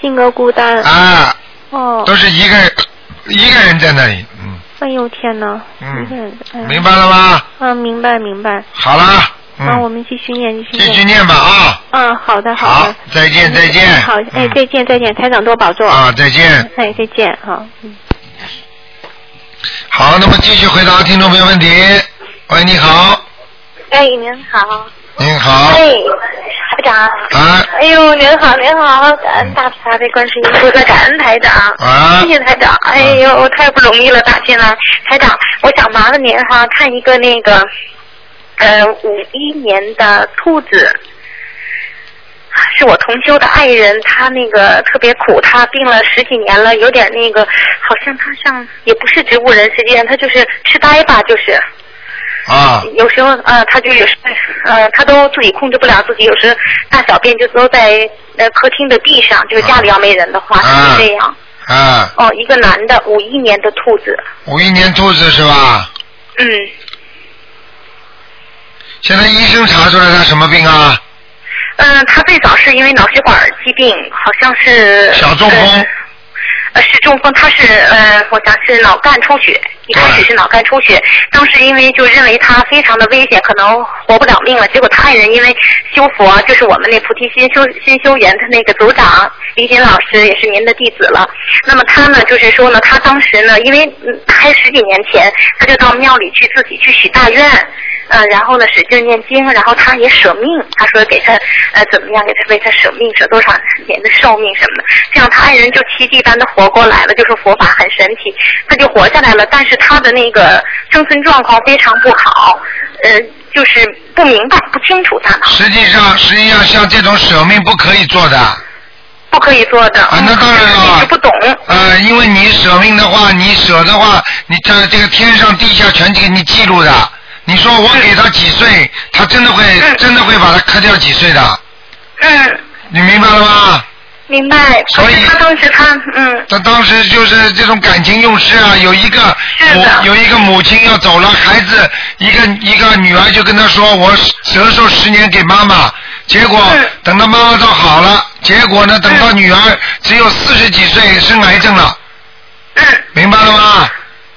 性格孤单。啊，哦，都是一个一个人在那里，嗯哎呦天哪！有嗯，点哎呀明白了吗？啊，明白明白。好了，那我嗯，们继续念，继继续续念。念吧啊，啊，好的好的。，再见再见嗯，好，哎，嗯再见再见，台长多保重。啊，再见。哎，再见哈。嗯好，那么继续回答听众朋友问题。喂，你好，哎，您好。您好，哎，台长。啊哎呦，您好，您好，感恩大慈大悲观世音菩萨，感恩台长。啊谢谢台长，哎呦，太不容易了，打进来。台长，我想麻烦您哈，看一个那个，呃，五一年的兔子，是我同修的爱人，他那个特别苦，他病了十几年了，有点那个，好像他像也不是植物人世界，他就是痴呆吧，就是。啊有时候啊、呃他就有时呃，他都自己控制不了自己，有时候大小便就都在呃客厅的地上，就是家里要没人的话，啊他就这样。啊，哦，一个男的，五一年的兔子，五一年兔子是吧？嗯，现在医生查出来他什么病啊？嗯、他最早是因为脑血管疾病，好像是小中风呃呃，是中风，他是呃，我想是脑干出血，一开始是脑干出血，当时因为就认为他非常的危险，可能活不了命了。结果他爱人因为修佛，就是我们那菩提心修心修园的那个组长李锦老师，也是您的弟子了。那么他呢，就是说呢，他当时呢，因为嗯他还十几年前，他就到庙里去自己去许大愿。嗯，然后呢，使劲念经，然后他也舍命，他说给他呃怎么样，给他为他舍命，舍多少年的寿命什么的，这样他爱人就奇迹般的活过来了，就是佛法很神奇，他就活下来了。但是他的那个生存状况非常不好，呃，就是不明白、不清楚大脑实际上，实际上像这种舍命不可以做的。不可以做的，啊那当然了一直不懂，呃，因为你舍命的话，你舍的话，你这这个天上地下全给你记录的。你说我给他几岁，他真的会嗯真的会把他磕掉几岁的，嗯，你明白了吗？明白。所以可是他当时他嗯，他当时就是这种感情用事啊，有一个是母的有一个母亲要走了，孩子一个一个女儿就跟他说，我折寿十年给妈妈。结果是等到妈妈都好了，结果呢，等到是女儿只有四十几岁生癌症了。嗯明白了吗？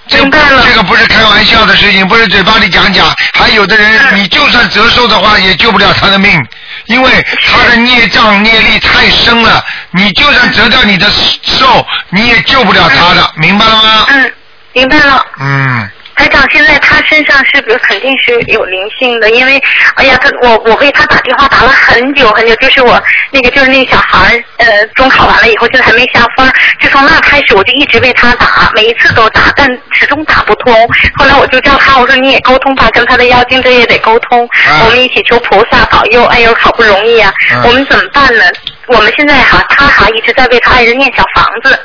这明白了这个不是开玩笑的事情，不是嘴巴里讲讲。还有的人，嗯你就算折寿的话，也救不了他的命，因为他的孽障孽力太深了。你就算折掉你的寿，你也救不了他的，明白了吗？嗯，明白了。嗯，台长，现在他身上是不是肯定是有灵性的？因为，哎呀，他我我为他打电话打了很久很久，就是我那个就是那个小孩儿，呃，中考完了以后现在还没下分儿，就从那开始我就一直为他打，每一次都打，但始终打不通。后来我就叫他，我说你也沟通吧，跟他的妖精这也得沟通，啊我们一起求菩萨保佑。哎呦，好不容易啊，嗯我们怎么办呢？我们现在哈、他哈、一直在为他爱人念小房子。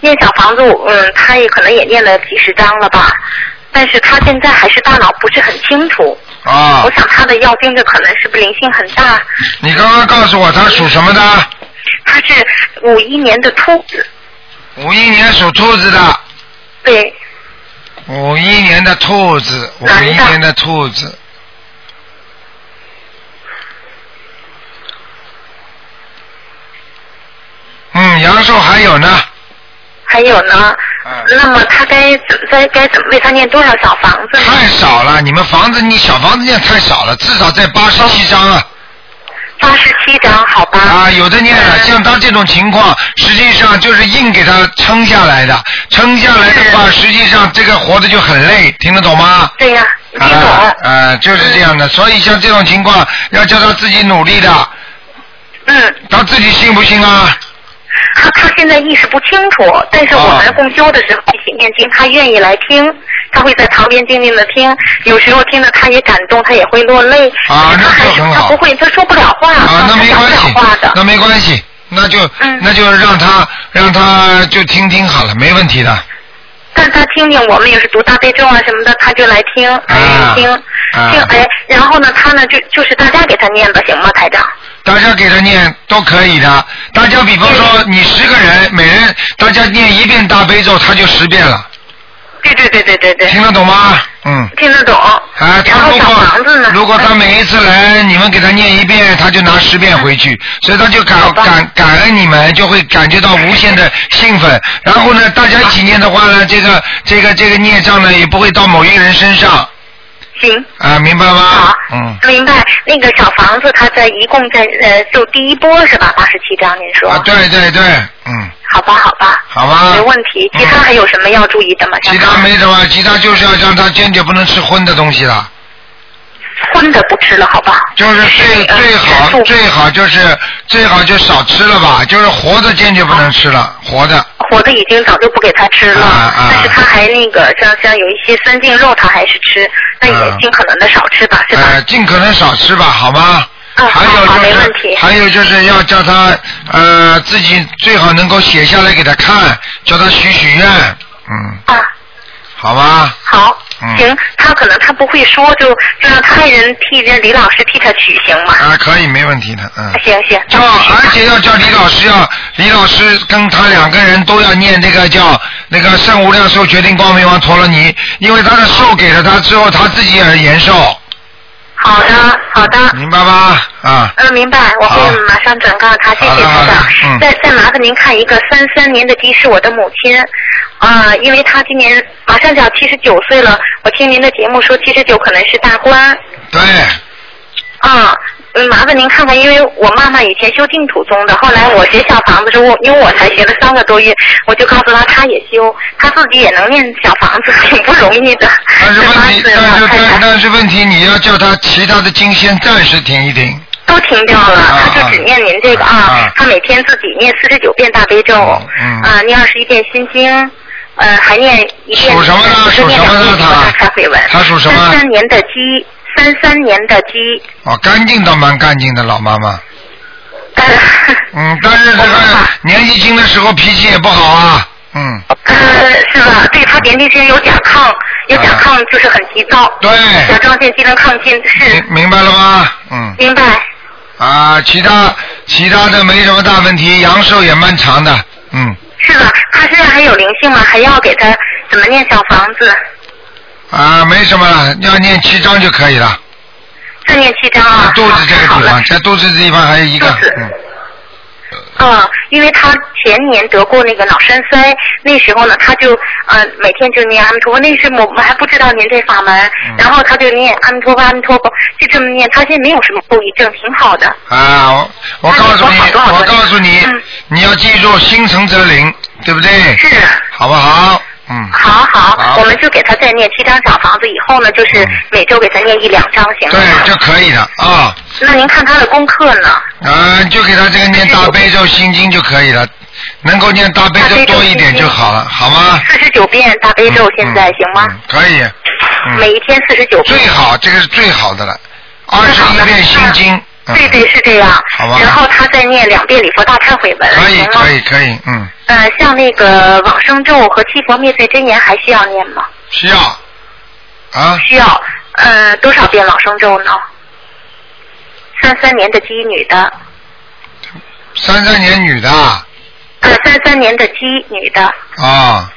念小房子，我嗯，他也可能也念了几十章了吧，但是他现在还是大脑不是很清楚。啊我，想他的药精子可能是不是灵性很大？你刚刚告诉我他属什么的？他是五一年的兔子，五一年属兔子的，对，五一年的兔子，五一男的年的兔子。嗯，阳寿还有呢，还有呢，嗯那么他该怎么该该怎么为他念多少小房子呢？太少了。你们房子，你小房子念太少了，至少在八十七张啊。八十七张，好吧？啊，有的念了，嗯像他这种情况，实际上就是硬给他撑下来的。撑下来的话，实际上这个活的就很累，听得懂吗？嗯对呀、好了，呃，就是这样的。所以像这种情况，要叫他自己努力的。嗯。他自己信不信啊？他他现在意识不清楚，但是我们共修的时候一起念经，他愿意来听，他会在旁边静静的听，有时候听的他也感动，他也会落泪。啊，那就很他好不。会，他说不了话，啊，那没他关讲系不了话的，。嗯那没关系，那就、那就让他让他就听听好了，没问题的。但他听听我们也是读大悲咒啊什么的，他就来听，来听，听哎，然后呢，他呢就就是大家给他念吧，行吗，台长？大家给他念都可以的。大家比方说，你十个人，每人大家念一遍大悲咒，他就十遍了。对对对对对对。听得懂吗？嗯。听得懂。啊，他如果如果他每一次来，你们给他念一遍，他就拿十遍回去，所以他就感感感恩你们，就会感觉到无限的兴奋。然后呢，大家一起念的话呢，这个这个这个孽障呢，也不会到某一个人身上行，啊，明白吗？嗯。明白。那个小房子，他在一共在呃，就第一波是吧？八十七张，您说？啊，对对对，嗯，好吧，好吧，好吧嗯没。问题。其他还有什么要注意的吗？其他没什么，其他就是要让他坚决不能吃荤的东西了。荤的不吃了，好吧？呃就是最最好最好就是最好就少吃了吧，就是活的坚决不能吃了，活的。活的已经早就不给他吃了，但是他还那个像像有一些三净肉，他还是吃，那也尽可能的少啊吃吧，是吧？呃，尽可能少吃吧，好吗？还有就是，还有就是要叫他呃自己最好能够写下来给他看，叫他许许愿，嗯。啊。好吧，好，嗯行，他可能他不会说，就就让他爱人替人李老师替他取行吗？啊，可以，没问题的，嗯。行行，叫，而且要叫李老师要，李老师跟他两个人都要念这个叫那个圣无量寿决定光明王陀罗尼，因为他的寿给了他之后，他自己也延寿。好的，好的。明白吧？啊，嗯，明白，我会马上转告他，谢谢台长。嗯再再麻烦您看一个三三年的鸡是我的母亲，啊、因为她今年马上就要七十九岁了，我听您的节目说七十九可能是大关。对，啊，嗯，麻烦您看看，因为我妈妈以前修净土宗的，后来我学小房子时候，我因为我才学了三个多月，我就告诉她，她也修，她自己也能念小房子，挺不容易的。但是问题，但是但但是问题，你要叫他其他的经先暂时停一停。都停掉了，啊她就只念您这个啊，她每天自己念四十九遍大悲咒，嗯啊，念二十一遍心经，呃，还念一遍，属什么呢不是属念什么两呢遍她大忏悔文，她属什么三三年的鸡，三三年的鸡，哦，干净倒蛮干净的老妈 (laughs) 妈。嗯，但是这个年纪轻的时候脾气也不好啊。嗯，呃，是吧？对他年纪之间有甲亢，有甲亢就是很急躁，啊对，甲状腺机能亢进是，明白了吗？嗯。明白。啊，其他其他的没什么大问题，阳寿也漫长的。嗯，是吧？他现在还有灵性吗？还要给他怎么念小房子？啊，没什么了，要念七章就可以了。再念七张啊。肚子这个地方，在肚子这地方还有一个。嗯。嗯，因为他前年得过那个脑栓塞，那时候呢，他就呃每天就念阿弥陀佛，那时我们还不知道您这法门，嗯然后他就念阿弥陀佛阿弥陀佛，就这么念，他现在没有什么后遗症，挺好的。啊，我我告诉你，我告诉你，你要记住心诚则灵，对不对？是。好不好？嗯。好好，我们就给他再念七张小房子，以后呢，就是嗯每周给他念一两张，行吗？对，就可以了啊。那您看他的功课呢？嗯，就给他这个念大悲咒心经就可以了，能够念大悲咒多一点就好啊了，好吗？嗯四十九遍大悲咒，现在行吗？可以。嗯每一天四十九遍。最好，这个是最好的了。二十一遍心经。嗯对对，是这样。好吧啊然后他再念两遍礼佛大忏悔文，可以行吗可？以可以，嗯，呃，像那个往生咒和七佛灭罪真言还需要念吗？需要啊，需要。呃，多少遍往生咒呢？三三年的鸡女的，三三年女的啊。呃，三三年的鸡女的，啊，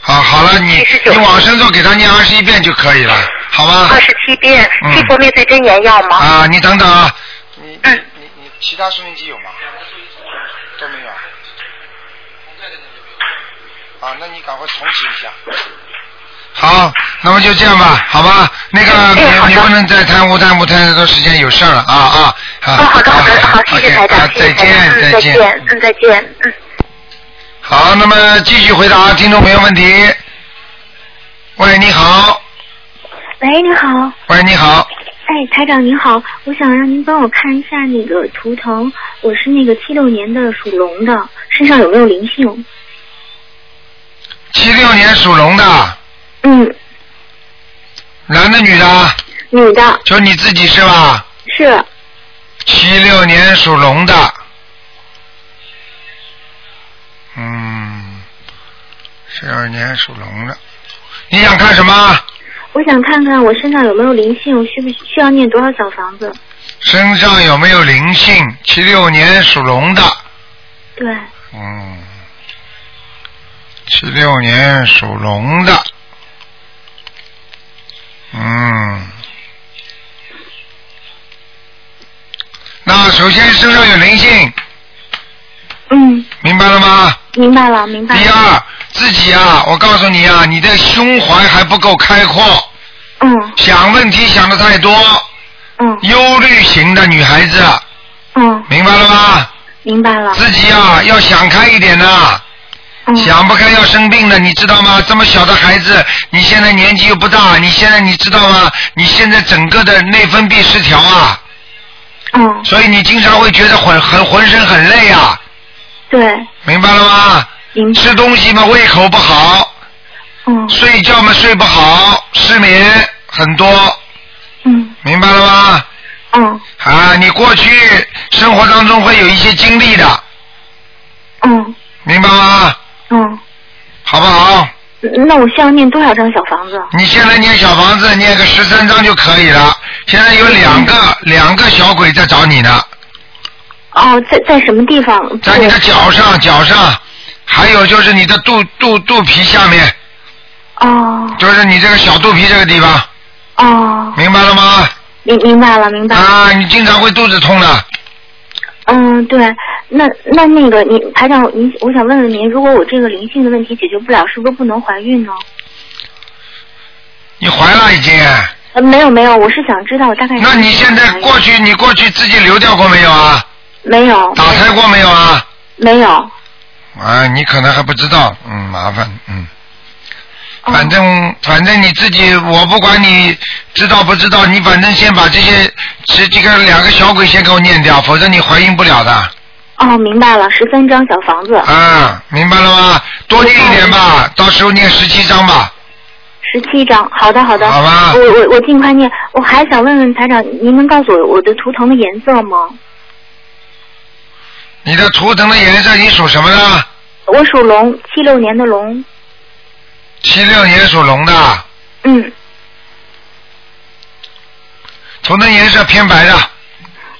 好，好了，你你往生咒给他念二十一遍就可以了，好吗？二十七遍。嗯七佛灭罪真言要吗？啊，你等等啊，嗯。其他收音机有吗？都没有啊。啊，那你赶快重启一下。好，那么就这样吧，好吧？那哎个你你不能再贪污贪污太多时间，有事儿了啊啊！好，好的好的，好，谢谢台长，再见嗯，啊再再见，嗯，再见，嗯。好，那么继续回答听众朋友问题。喂，你好。喂，你好。喂，你好，哎，台长您好，我想让您帮我看一下那个图腾，我是那个七六年的属龙的，身上有没有灵性？七六年属龙的，嗯，男的女的？女的，就你自己是吧？是，七六年属龙的，嗯，七六年属龙的，你想看什么？我想看看我身上有没有灵性，我需不需要念多少小房子？身上有没有灵性？七六年属龙的，对，嗯，七六年属龙的，嗯，那首先身上有灵性，嗯，明白了吗？明白了，明白第了。二，自己啊，我告诉你啊，你的胸怀还不够开阔，嗯想问题想的太多，嗯忧虑型的女孩子，嗯，明白了吗？明白了。自己啊，要想开一点呐、嗯想不开要生病的，你知道吗？这么小的孩子，你现在年纪又不大，你现在你知道吗？你现在整个的内分泌失调啊，嗯，所以你经常会觉得浑很浑身很累啊，对，明白了吗？明白。吃东西嘛胃口不好，嗯睡觉嘛睡不好，失眠很多，嗯明白了吗？嗯啊，你过去生活当中会有一些经历的，嗯明白吗？嗯，好不好？那我需要念多少张小房子？你现在念小房子，念个十三章就可以了。现在有两个两个小鬼在找你呢，哦，在在什么地方？在你的脚上、脚上，还有就是你的肚肚肚皮下面，哦就是你这个小肚皮这个地方，哦，明白了吗？明明白了，明白了。啊，你经常会肚子痛的，嗯，对，那那那个您台长，您我想问问您，如果我这个灵性的问题解决不了，是不是不能怀孕呢？你怀了已经。呃，没有没有，我是想知道大概。那你现在过去，你过去自己流掉过没有啊？没有打胎过没有啊？没有？啊，你可能还不知道，嗯，麻烦，嗯。哦反正反正你自己，我不管你知道不知道，你反正先把这些这这个两个小鬼先给我念掉，否则你怀孕不了的。哦，明白了，十三张小房子，啊，明白了吗？多念一点吧，到时候念十七章吧。十七张。好的好的，好吧我我我尽快念。我还想问问台长，您能告诉我我的图腾的颜色吗？你的图腾的颜色，你属什么的？我属龙，七六年的龙。七六年属龙的，嗯，图腾颜色偏白的，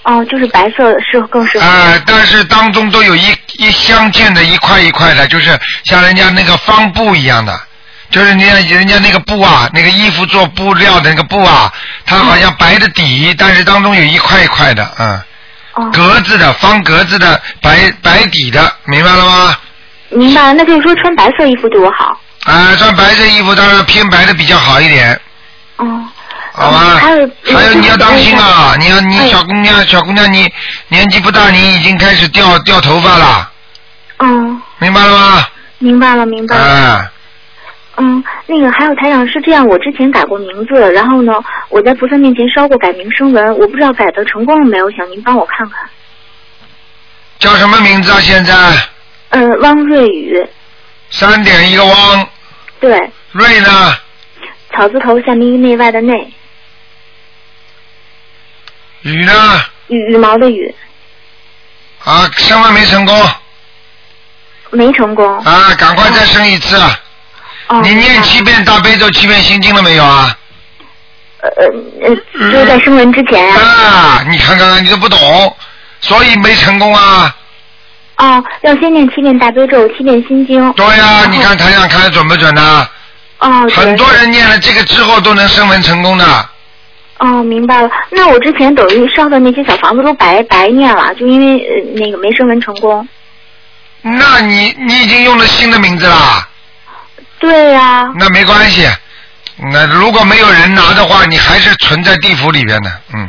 哦，就是白色适合更适合。啊，但是当中都有一一相间的一块一块的，就是像人家那个方布一样的，就是人家人家那个布啊，那个衣服做布料的那个布啊，它好像白的底，但是当中有一块一块的，嗯，哦，格子的方格子的白白底的，明白了吗？明白了，那就是说穿白色衣服对我好。啊，穿白色衣服当然偏白的比较好一点，哦。好吧？还有嗯还有你要当心啊！你要你哎小姑娘小姑娘你年纪不大，你已经开始掉掉头发了，嗯，明白了吗？明白了，明白了。啊。嗯，那个还有台长是这样，我之前改过名字，然后呢，我在菩萨面前烧过改名声纹，我不知道改的成功了没有，想您帮我看看。叫什么名字啊？现在呃，汪瑞宇，三点一个汪，对，瑞呢？草字头下面一内外的内，雨呢？羽羽毛的羽，啊，升温没成功没成功。啊，赶快再升一次。哦，你明白念七遍大悲咒、七遍心经了没有啊？呃呃呃，就是在声纹之前呀、啊，你看看你都不懂，所以没成功啊。哦，要先念七遍大悲咒，七遍心经。对呀、然后啊你看台长看的准不准呢、哦，对很多人念了这个之后都能升温成功的。哦，明白了。那我之前等于烧的那些小房子都白白念了，就因为呃那个没声纹成功。那你你已经用了新的名字啦？对呀、那没关系。那如果没有人拿的话，你还是存在地府里边的，嗯。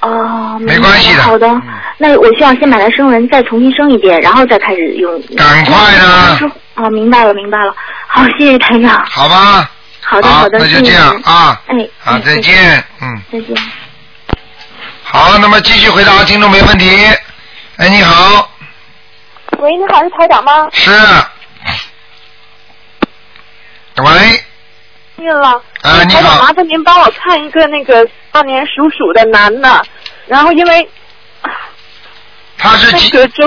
哦，没关系的明白了好的嗯，那我需要先把它声纹再重新生一遍，然后再开始用。赶快啦哦，明白了，明白了。好，谢谢台长。好吧，好的好的，那就这样谢谢您啊哎，好，哎再见，嗯，再见。好，那么继续回答听众没问题。哎，你好，喂，你好，是台长吗？是，喂，进了。啊你好台长，麻烦您帮我看一个那个当年属鼠的男的，然后因为他是那个周，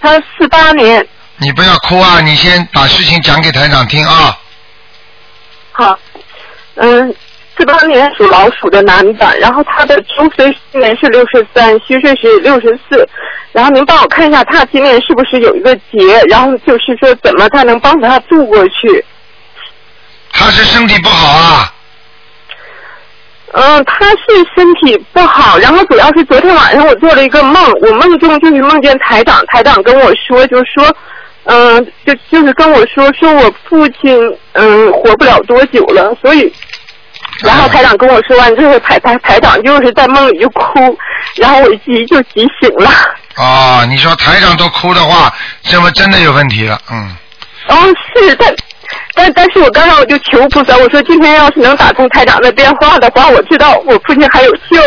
他四八年，你不要哭啊，你先把事情讲给台长听啊。好，嗯，四八年属老鼠的男的，然后他的周岁今年是六十三，虚岁是六十四，然后您帮我看一下他今年是不是有一个劫，然后就是说怎么才能帮他渡过去？他是身体不好啊，嗯，他是身体不好，然后主要是昨天晚上我做了一个梦，我梦中就是梦见台长，台长跟我说，就是说，嗯，就就是跟我说，说我父亲嗯活不了多久了，所以，然后台长跟我说完之后，台台台长就是在梦里就哭，然后我一急就急醒了。哦，你说台长都哭的话，这么真的有问题了，嗯，然后哦是，但但但是我刚刚我就求菩萨，我说今天要是能打通台长的电话的话，我知道我父亲还有救。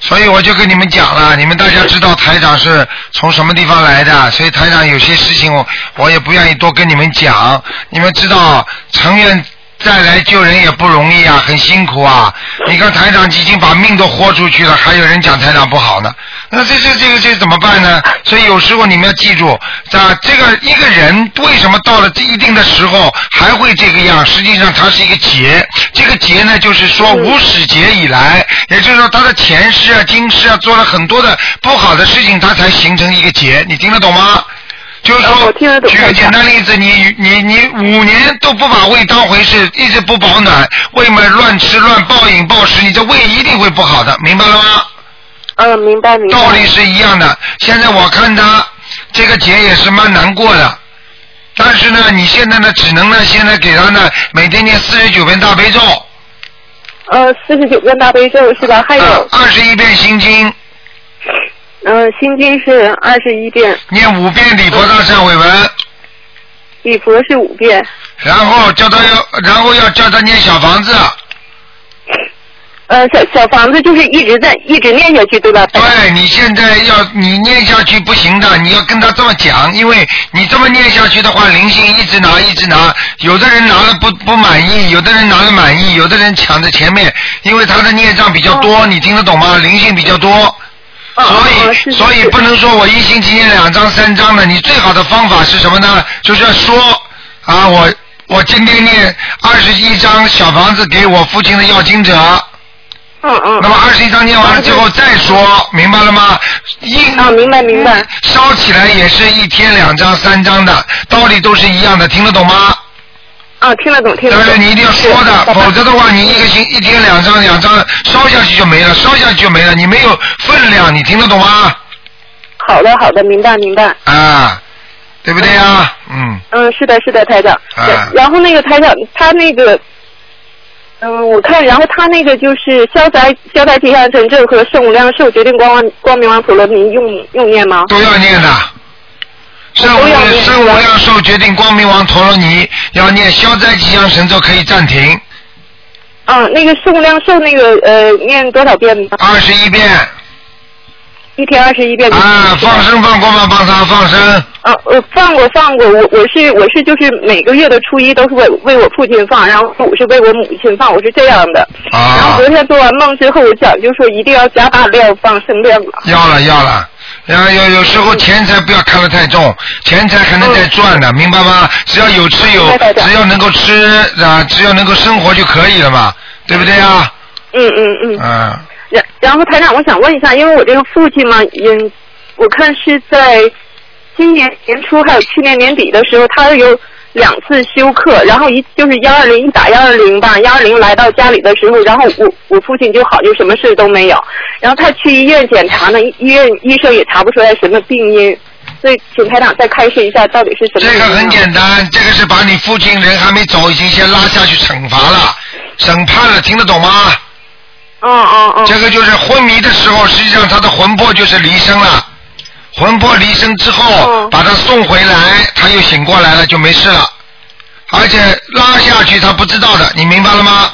所以我就跟你们讲了，你们大家知道台长是从什么地方来的，所以台长有些事情我我也不愿意多跟你们讲。你们知道，成员再来救人也不容易啊，很辛苦啊。你看台长已经把命都豁出去了，还有人讲台长不好呢，那这这这个这怎么办呢？所以有时候你们要记住，啊，这个一个人为什么到了一定的时候还会这个样？实际上它是一个劫，这个劫呢，就是说无始劫以来，也就是说他的前世啊、今世啊做了很多的不好的事情，他才形成一个劫。你听得懂吗？就是说，举个简单例子，你你你五年都不把胃当回事，一直不保暖，胃嘛乱吃乱暴饮暴食，你这胃一定会不好的，明白了吗？嗯，明白明白。道理是一样的。现在我看他这个节也是蛮难过的，但是呢，你现在呢，只能呢，现在给他呢，每天念四十九遍大悲咒，呃，四十九遍大悲咒是吧？还有呃二十一遍心经，嗯，心经是二十一遍，念五遍礼佛大忏悔文，礼佛是五遍。然后叫他要，然后要叫他念小房子，呃，小小房子就是一直在一直念下去，对吧？对你现在要你念下去不行的，你要跟他这么讲，因为你这么念下去的话，灵性一直拿一直拿，有的人拿了不不满意，有的人拿了满意，有的人抢着前面，因为他的孽障比较多，你听得懂吗？灵性比较多。所以，所以不能说我一星期念两张、三张的。你最好的方法是什么呢？就是要说啊，我我今天念二十一张小房子给我父亲的要经者。嗯嗯。那么二十一张念完了之后再说，明白了吗？一啊，明白明白。烧起来也是一天两张、三张的，道理都是一样的，听得懂吗？啊，听得懂，听得懂。但是你一定要说的，否则的话，你一个星一天两张、两张烧下去就没了，烧下去就没了，你没有分量，你听得懂吗？好的好的，明白明白。啊，对不对呀、嗯，嗯，是的是的，台长。啊，然后那个台长他那个。嗯，我看，然后他那个就是消灾消灾吉祥神咒和圣无量寿决定光王光明王普罗民用用念吗？都要念的。圣无量圣无量寿决定光明王陀罗尼要念消灾吉祥神咒可以暂停嗯，那个圣无量寿那个呃，念多少遍呢？二十一遍。一天二十一遍。啊，放生放过吗？帮他放生。啊，我放过放过，我我是我是就是每个月的初一都是为为我父亲放，然后我是为我母亲放，我是这样的。啊然后昨天做完梦之后，我讲就说一定要加大料放生量啊了。要了要了，要有有时候钱财不要看得太重，钱财还能再赚的，明白吗？只要有吃有，只要能够吃啊，只要能够生活就可以了嘛，对不对啊？嗯嗯嗯。嗯，然然后台长，我想问一下，因为我这个父亲嘛，嗯，我看是在今年年初还有去年年底的时候，他有两次休克，然后一就是幺二零一打幺二零吧，幺二零来到家里的时候，然后我我父亲就好，就什么事都没有。然后他去医院检查呢，医医院医生也查不出来什么病因，所以请台长再开示一下到底是什么这原个因啊。很简单，这个是把你父亲人还没走，已经先拉下去惩罚了，审判了，听得懂吗？嗯嗯嗯。这个就是昏迷的时候，实际上他的魂魄就是离身了。嗯魂魄离身之后，把他送回来，他又醒过来了，就没事了。而且拉下去他不知道的，你明白了吗？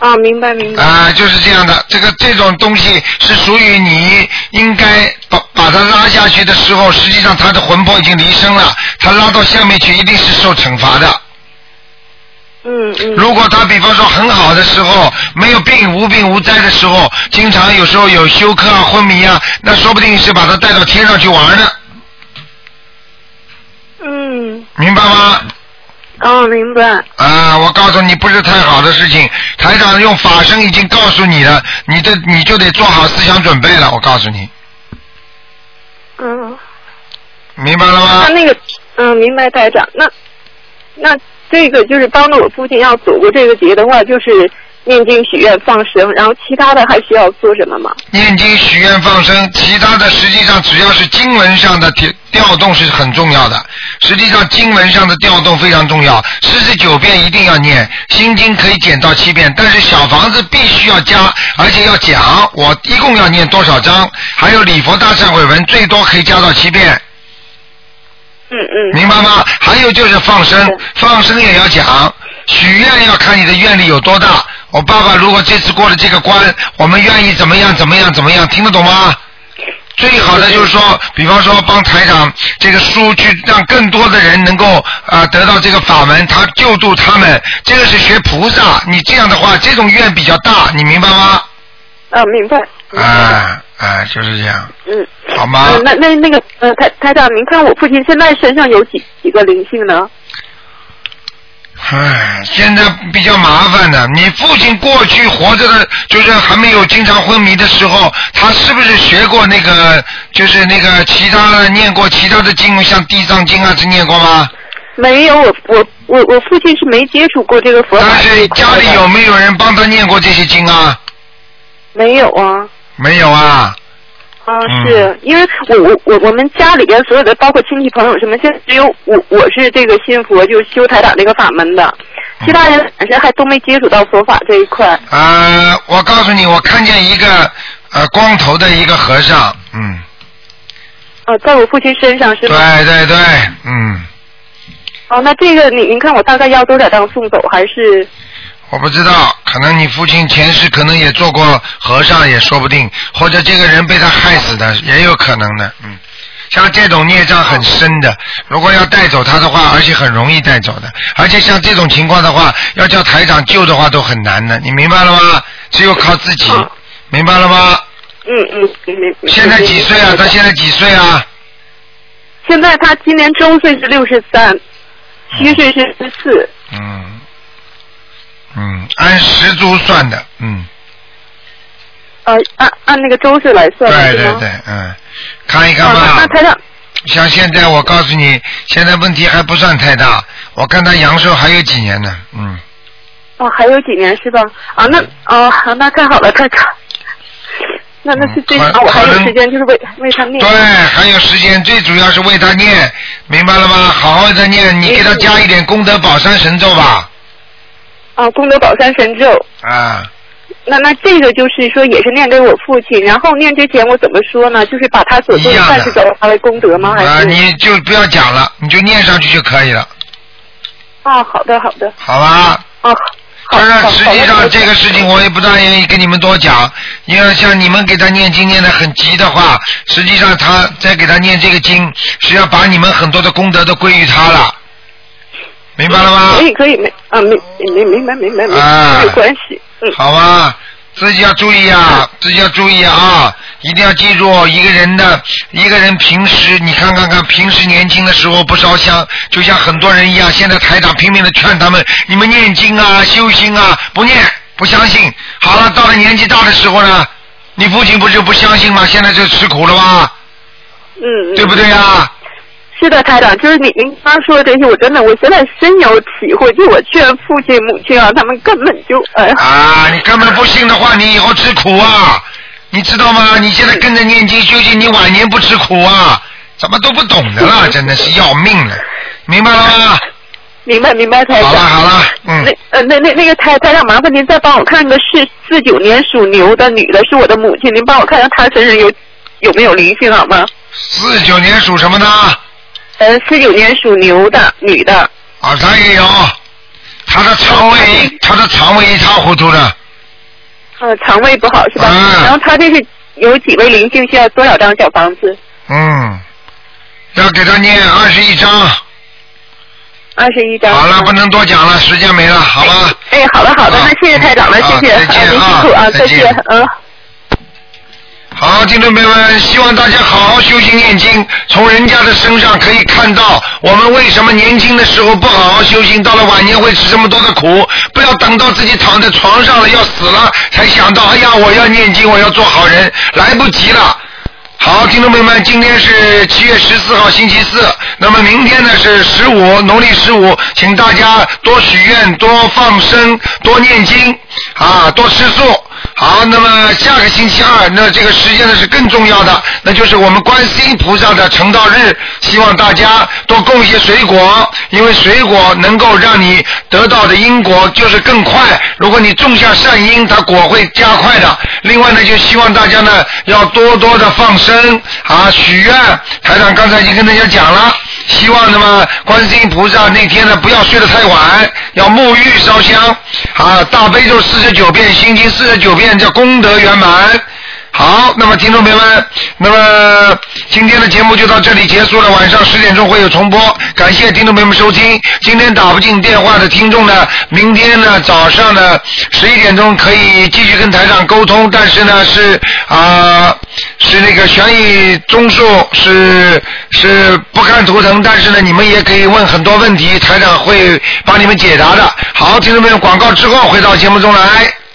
啊，明白明白。啊、就是这样的，这个这种东西是属于你应该把把它拉下去的时候，实际上他的魂魄已经离身了，他拉到下面去一定是受惩罚的。嗯嗯。如果他比方说很好的时候，没有病无病无灾的时候，经常有时候有休克啊、昏迷啊，那说不定是把他带到天上去玩呢，嗯，明白吗？哦，明白。啊，我告诉你，不是太好的事情。台长用法身已经告诉你了，你的你就得做好思想准备了。我告诉你，嗯。明白了吗那？那个，嗯，明白台长。那那这个就是帮助我父亲要走过这个劫的话，就是念经许愿放生，然后其他的还需要做什么吗？念经、许愿、放生，其他的实际上只要是经文上的调调动是很重要的。实际上经文上的调动非常重要，四十九遍一定要念，心经可以减到七遍，但是小房子必须要加，而且要讲我一共要念多少章，还有礼佛大忏悔文最多可以加到七遍。嗯嗯。明白吗？还有就是放生，放生也要讲，许愿要看你的愿力有多大。我爸爸如果这次过了这个关，我们愿意怎么样怎么样怎么样，听得懂吗？最好的就是说，比方说帮台长这个书去让更多的人能够啊、呃得到这个法门，他救助他们，这个是学菩萨。你这样的话，这种愿比较大，你明白吗？啊，明白。啊啊、就是这样，嗯。好吗？嗯那那那个呃，台台长，您看我父亲现在身上有几几个灵性呢？唉，哎现在比较麻烦的，你父亲过去活着的，就是还没有经常昏迷的时候，他是不是学过那个，就是那个其他的念过其他的经文，像《地藏经》啊，是念过吗？没有，我我我我父亲是没接触过这个佛法但这是一块的。家里有没有人帮他念过这些经啊？没有啊？没有啊，啊，嗯是因为我我我我们家里边所有的，包括亲戚朋友什么，现在只有我我是这个信佛，就是修台长这个法门的，嗯其他人反正还都没接触到佛法这一块。呃，我告诉你，我看见一个呃光头的一个和尚，嗯，啊，在我父亲身上是对吗？对对，嗯。哦，那这个您您看我大概要多少张送走，还是我不知道，可能你父亲前世可能也做过和尚，也说不定，或者这个人被他害死的，也有可能的。嗯，像这种孽障很深的，如果要带走他的话，而且很容易带走的，而且像这种情况的话，要叫台长救的话都很难的，你明白了吗？只有靠自己，明白了吗？嗯嗯明明。明现在几岁啊？明白他现在几岁啊？现在他今年周岁是六十三，虚岁是十四。嗯，嗯，按十足算的，嗯。呃，按按那个周岁来算对的是对吗？对，嗯，看一看啊吧。那那台长像现在，我告诉你，现在问题还不算太大。我看他阳寿还有几年呢，嗯，哦，还有几年是吧？啊，那哦，好那太好了，太长。那那是嗯最可啊，我还有可能时间，就是为为他念。对，还有时间，最主要是为他念，明白了吗？好好的念，你给他加一点功德宝山神咒吧，啊，功德宝山神咒。啊，那那这个就是说，也是念给我父亲，然后念之前我怎么说呢？就是把他所做一的样的善事转化为功德哦吗？还啊，是？你就不要讲了，你就念上去就可以了，啊，好的，好的，好吧？啊，好，但好是实际上这个事情我也不大愿意跟你们多讲，因为像你们给他念经念得很急的话，实际上他在给他念这个经是要把你们很多的功德都归于他了，明白了吗可？以可以，没啊，没没明白明白明啊白，没有关系，嗯，好吧，自己要注意啊，自己要注意啊，一定要记住哦一个人的一个人平时你看看看，平时年轻的时候不烧香，就像很多人一样，现在台长拼命的劝他们，你们念经啊、修心啊，不念不相信。好了，到了年纪大的时候呢，你父亲不就不相信吗？现在就吃苦了吧，嗯，嗯对不对啊？是的，台长，就是你您刚说的这些，我真的我现在深有体会。就我劝父亲母亲啊，他们根本就哎呀，啊，你根本不信的话，你以后吃苦啊，你知道吗？你现在跟着念经修行，你晚年不吃苦啊，怎么都不懂的啦，真的是要命了，明白了吗？明白明白，台长。好了好了，那嗯，呃那那那个台台长，麻烦您再帮我看个是四九年属牛的女的，是我的母亲，您帮我看看她身上有有没有灵性好吗？四九年属什么的？呃，四九年属牛的女的，啊，他也有，他的肠胃，他的肠胃一塌糊涂的，呃，肠胃不好是吧？啊然后他这是有几位灵性需要多少张小房子？嗯，要给他念二十一章。二十一张。好了，不能多讲了，时间没了，好吧？啊嗯哎，好的好的，那谢谢台长了，谢谢，啊，您辛苦啊，再见，嗯。好，听众朋友们，希望大家好好修心念经，从人家的身上可以看到我们为什么年轻的时候不好好修心，到了晚年会吃这么多的苦。不要等到自己躺在床上了要死了，才想到哎呀，我要念经，我要做好人，来不及了。好，听众朋友们，今天是七月十四号，星期四。那么明天呢是十五，农历十五，请大家多许愿、多放生、多念经啊，多吃素。好，那么下个星期二，那这个时间呢是更重要的，那就是我们观世音菩萨的成道日。希望大家多供一些水果，因为水果能够让你得到的因果就是更快。如果你种下善因，它果会加快的。另外呢，就希望大家呢要多多的放生啊，许愿。台长刚才已经跟大家讲了，希望那么观世音菩萨那天呢不要睡得太晚，要沐浴烧香啊，大悲咒四十九遍，心经四十九遍，叫功德圆满。好，那么听众朋友们，那么今天的节目就到这里结束了。晚上十点钟会有重播，感谢听众朋友们收听。今天打不进电话的听众呢，明天呢早上呢十一点钟可以继续跟台长沟通，但是呢是啊、是那个悬疑综述是是不看图腾，但是呢你们也可以问很多问题，台长会帮你们解答的。好，听众朋友们，广告之后回到节目中来。